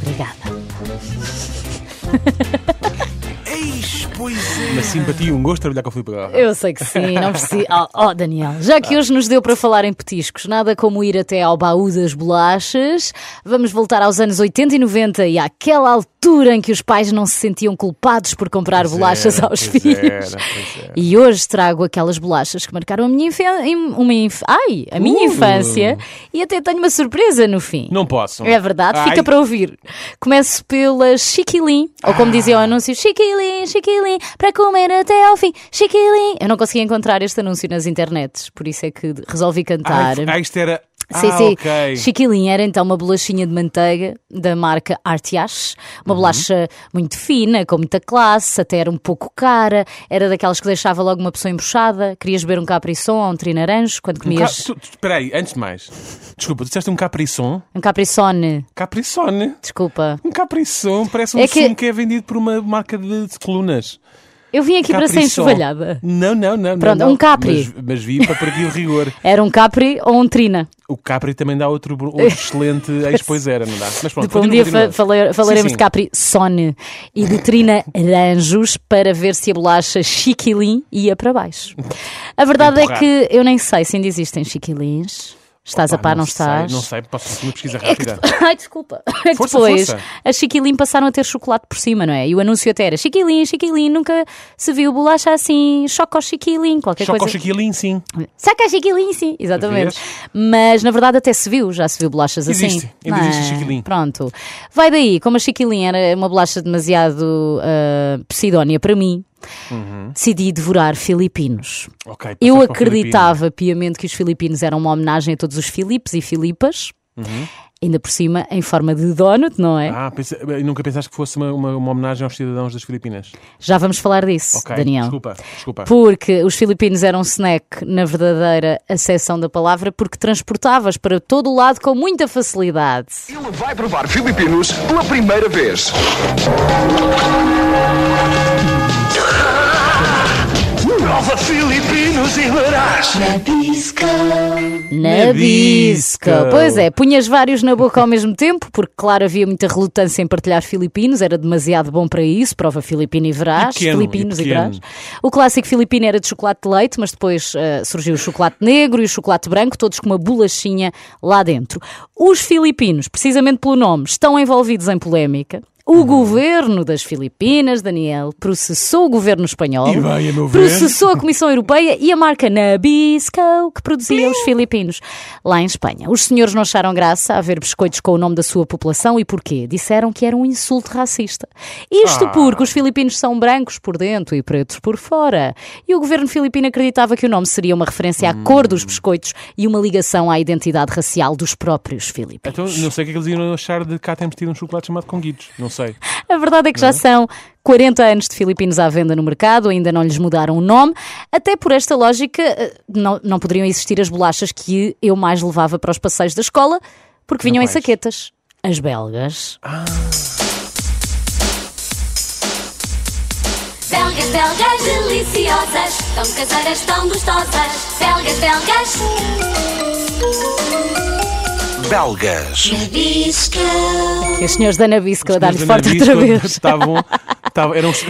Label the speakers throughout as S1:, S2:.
S1: obrigada.
S2: Eis, pois é.
S3: Mas sim, para ti, um gosto trabalhar com o Filipe Garra.
S1: Eu sei que sim, não precisa. Oh, oh, Daniel, já que hoje nos deu para falar em petiscos, nada como ir até ao baú das bolachas. Vamos voltar aos anos 80 e 90 e àquela altura em que os pais não se sentiam culpados por comprar bolachas aos
S3: pois
S1: filhos.
S3: era, pois era.
S1: E hoje trago aquelas bolachas que marcaram a minha, infan- im- uma inf- ai, a minha
S3: Uh!
S1: infância e até tenho uma surpresa no fim.
S3: Não posso. Ah,
S1: É verdade,
S3: Ai.
S1: fica para ouvir. Começo pela Chiquilim, ou como
S3: Ah.
S1: dizia o anúncio, Chiquilim, Chiquilim, para comer até ao fim, Chiquilim. Eu não conseguia encontrar este anúncio nas internets, por isso é que resolvi
S3: Ai,
S1: cantar.
S3: ah, isto era.
S1: Sim,
S3: ah,
S1: sim.
S3: ok.
S1: Chiquilim era então uma bolachinha de manteiga da marca Artiache. Uma
S3: Uhum.
S1: bolacha muito fina, com muita classe, até era um pouco cara. Era daquelas que deixava logo uma pessoa embuchada. Querias beber um caprisson ou um trinaranjo quando
S3: Um ca-
S1: comias
S3: tu- tu- Espera aí, antes de mais. Desculpa, tu disseste um capriçon?
S1: um caprissone.
S3: Capriçone.
S1: Desculpa.
S3: Um capriçon parece um
S1: É que-
S3: sumo que é vendido por uma marca de, de colunas.
S1: Eu vim aqui para ser
S3: Capriçon.
S1: enxovalhada.
S3: Não, não, não.
S1: Pronto,
S3: não, não.
S1: um capri.
S3: Mas, mas vi para por aqui o rigor.
S1: Era um capri ou um trina.
S3: O Capri também dá outro, outro excelente ex-pois era, não dá? Mas pronto,
S1: Depois um dia
S3: continua, continua.
S1: fa- falare- falaremos
S3: Sim, sim.
S1: de Capri Sone e de Trina Aranjos para ver se a bolacha Chiquilim ia para baixo. A verdade é
S3: Empurrar.
S1: que eu nem sei se ainda existem Chiquilins. Estás a
S3: Pá,
S1: par, não,
S3: sei,
S1: estás?
S3: não sei, posso fazer uma pesquisa
S1: É que de-
S3: rápida.
S1: Ai, desculpa. É que
S3: Força,
S1: depois
S3: força.
S1: as Chiquilim passaram a ter chocolate por cima, não é? E o anúncio até era Chiquilim, Chiquilim, nunca se viu bolacha assim, choco Chiquilim, qualquer
S3: Choco
S1: coisa.
S3: Chiquilim, sim.
S1: Saca Chiquilim, sim, exatamente.
S3: Vês?
S1: Mas na verdade até se viu, já se viu bolachas
S3: Existe,
S1: assim.
S3: ainda
S1: não é?
S3: existe Chiquilim.
S1: Pronto. Vai daí, como a Chiquilim era uma bolacha demasiado ah, psidónia para mim,
S3: Uhum.
S1: decidi devorar filipinos.
S3: Ok,
S1: Eu
S3: passaste para o
S1: acreditava piamente que os filipinos eram uma homenagem a todos os Filipes e Filipas, ainda por cima em forma de donut, não é?
S3: Filipino. Uhum. Ah, pensei- eu nunca pensaste que fosse uma, uma, uma homenagem aos cidadãos das Filipinas.
S1: Já vamos falar disso,
S3: Ok,
S1: Daniel.
S3: desculpa, desculpa.
S1: Porque os filipinos eram um snack na verdadeira acessão da palavra, porque transportavas para todo o lado com muita facilidade.
S4: Ele vai provar filipinos pela primeira vez. Prova filipinos e verás.
S1: Na
S3: Na disco.
S1: disca! Pois é, punhas vários na boca ao mesmo tempo, porque claro havia muita relutância em partilhar filipinos, era demasiado bom para isso, prova filipino e verás,
S3: E pequeno,
S1: filipinos
S3: e
S1: e,
S3: pequeno.
S1: verás. O clássico filipino era de chocolate de leite, mas depois eh, surgiu o chocolate negro e o chocolate branco, todos com uma bolachinha lá dentro. Os filipinos, precisamente pelo nome, estão envolvidos em polémica.
S3: Uhum.
S1: O governo das Filipinas, Daniel, processou o governo espanhol,
S3: E bem, a meu ver.
S1: processou a Comissão Europeia e a marca Nabisco, que produzia os filipinos lá em Espanha. Os senhores não acharam graça a ver biscoitos com o nome da sua população e porquê? Disseram que era um insulto racista. Isto
S3: Ah.
S1: porque os filipinos são brancos por dentro e pretos por fora. E o governo filipino acreditava que o nome seria uma referência à cor
S3: Hum.
S1: dos biscoitos e uma ligação à identidade racial dos próprios filipinos.
S3: Então, não sei o que é que eles iam achar de cá temos tido um chocolate chamado Conguitos. Não sei.
S1: A verdade é que já são 40 anos de filipinos à venda no mercado, ainda não lhes mudaram o nome. Até por esta lógica, eh, não, não poderiam existir as bolachas que eu mais levava para os passeios da escola, porque vinham em
S3: Quais?
S1: saquetas. As belgas.
S3: Ah.
S5: Belgas, belgas deliciosas, tão caseiras, tão gostosas. Belgas, belgas.
S4: Belgas.
S5: Bisco.
S1: E os senhores da Nabisco a dar-lhe
S3: Mas
S1: forte
S3: Ana
S1: outra
S3: Bisco
S1: vez.
S3: Estavam, estavam, eram, são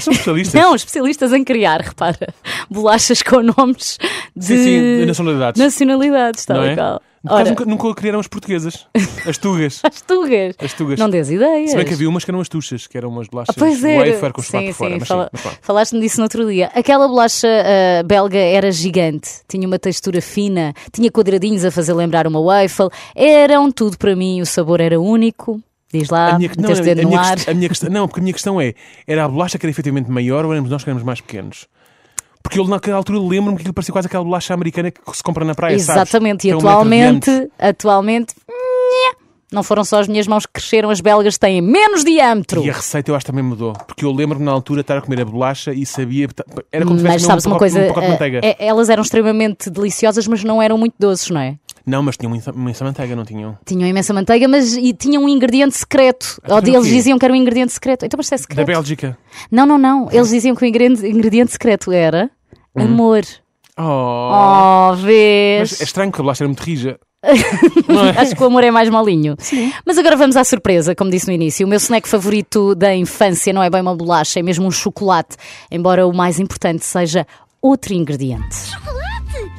S3: especialistas.
S1: Não, especialistas em criar, repara, bolachas com nomes de
S3: Sim, sim, de nacionalidades.
S1: nacionalidades, tal
S3: não
S1: e
S3: é?
S1: qual.
S3: Por acaso
S1: tá Ora,
S3: nunca, nunca criaram as portuguesas. As tugas.
S1: as tugas.
S3: As tugas.
S1: Não dês ideias.
S3: Se bem que havia umas que eram as tuchas, que eram umas bolachas
S1: Ah, pois é.
S3: wafer com chocolate
S1: sim,
S3: por fora.
S1: sim,
S3: mas
S1: fala-
S3: sim, mas pronto.
S1: falaste-me disso no outro dia. Aquela bolacha ah, belga era gigante, tinha uma textura fina, tinha quadradinhos a fazer lembrar uma waffle, eram tudo para mim, o sabor era único. Diz lá,
S3: A minha, Ah, não, a,
S1: meteste o dedo
S3: a
S1: no
S3: minha é,
S1: ar.
S3: quest- a minha questão, não, porque a minha questão é: era a bolacha que era efetivamente maior ou éramos nós que éramos mais pequenos? Porque eu, naquela altura, lembro-me que aquilo parecia quase aquela bolacha americana que se compra na praia.
S1: Exatamente,
S3: sabes? Que
S1: e
S3: é um metro de
S1: atualmente,
S3: diâmetro.
S1: atualmente, nhé, não foram só as minhas mãos que cresceram, as belgas têm menos diâmetro.
S3: E a receita eu acho que também mudou. Porque eu lembro-me na altura de estar a comer a bolacha e sabia. Era como se
S1: Mas
S3: tivesse
S1: sabes
S3: um
S1: uma
S3: pacote-
S1: coisa,
S3: um pacote de
S1: ah,
S3: manteiga.
S1: eh, elas eram extremamente deliciosas, mas não eram muito doces, não é?
S3: Não, mas um tinham imensa, imensa manteiga, não um. tinham?
S1: Tinham imensa manteiga, mas e tinham um ingrediente secreto.
S3: Então
S1: Ou
S3: o
S1: de- eles
S3: quê?
S1: diziam que era um ingrediente secreto. Então, mas isso é
S3: Da
S1: secreto.
S3: Bélgica. É.
S1: Não, não, não. Eles diziam que o ingrediente, ingrediente secreto era amor.
S3: Oh.
S1: Oh,
S3: Mas é
S1: vês?
S3: Ah. estranho é que a bolacha era muito rija.
S1: Acho que o amor é mais molinho. Mas agora vamos à surpresa, como disse no início. O meu snack favorito da infância não é bem uma bolacha, é mesmo um chocolate, embora o mais importante seja outro ingrediente.
S5: Chocolate?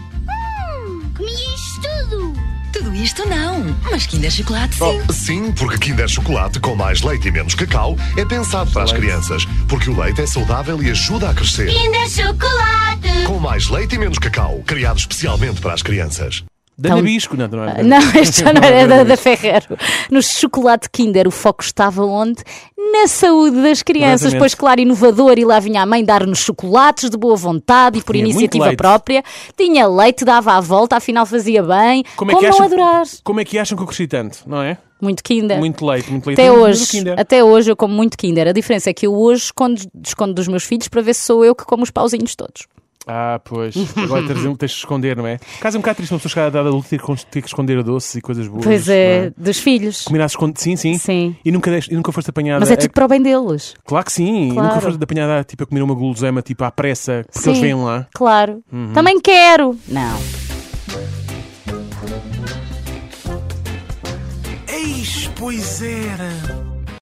S5: Hum, comi isto tudo.
S6: Tudo isto não, mas Kinder Chocolate sim.
S7: Oh, sim, porque Kinder Chocolate com mais leite e menos cacau é pensado para as crianças, porque o leite é saudável e ajuda a crescer.
S5: Ainda é chocolate.
S7: Com mais leite e menos cacau, criado especialmente para as crianças.
S3: Da
S1: Então-
S3: Nabisco, não, não é?
S1: Não, este já não era da, da Ferrero. No chocolate Kinder, o foco estava onde? Na saúde das crianças.
S3: Exatamente.
S1: Pois, claro, inovador. E lá vinha a mãe dar-nos chocolates de boa vontade e por
S3: Tinha muito
S1: iniciativa
S3: leite.
S1: própria. Tinha leite, dava à volta, afinal fazia bem.
S3: Como é que
S1: não
S3: acham-
S1: adorar?
S3: Como é que acham que eu cresci tanto, não é?
S1: Muito Kinder.
S3: Muito leite, muito leite.
S1: Até
S3: Muito
S1: hoje,
S3: Kinder.
S1: até hoje eu como muito Kinder. A diferença é que eu hoje escondo, escondo dos meus filhos para ver se sou eu que como os pauzinhos todos.
S3: Ah, pois. Agora tens, tens de esconder, não é? Caso é um bocado triste uma pessoa chegar à idade adulta e ter, que- ter que esconder doces e coisas boas.
S1: Pois é,
S3: não
S1: dos filhos.
S3: Combinaste com... Sim, sim.
S1: Sim.
S3: E nunca, deste- e nunca foste apanhada.
S1: Mas é tudo para o bem deles.
S3: Claro que sim. E
S1: Claro.
S3: nunca foste apanhada tipo, a comer uma guloseima tipo, à pressa, porque
S1: Sim,
S3: eles vêm lá. Uhum.
S1: Claro. Também quero. Não.
S2: Eis, pois era.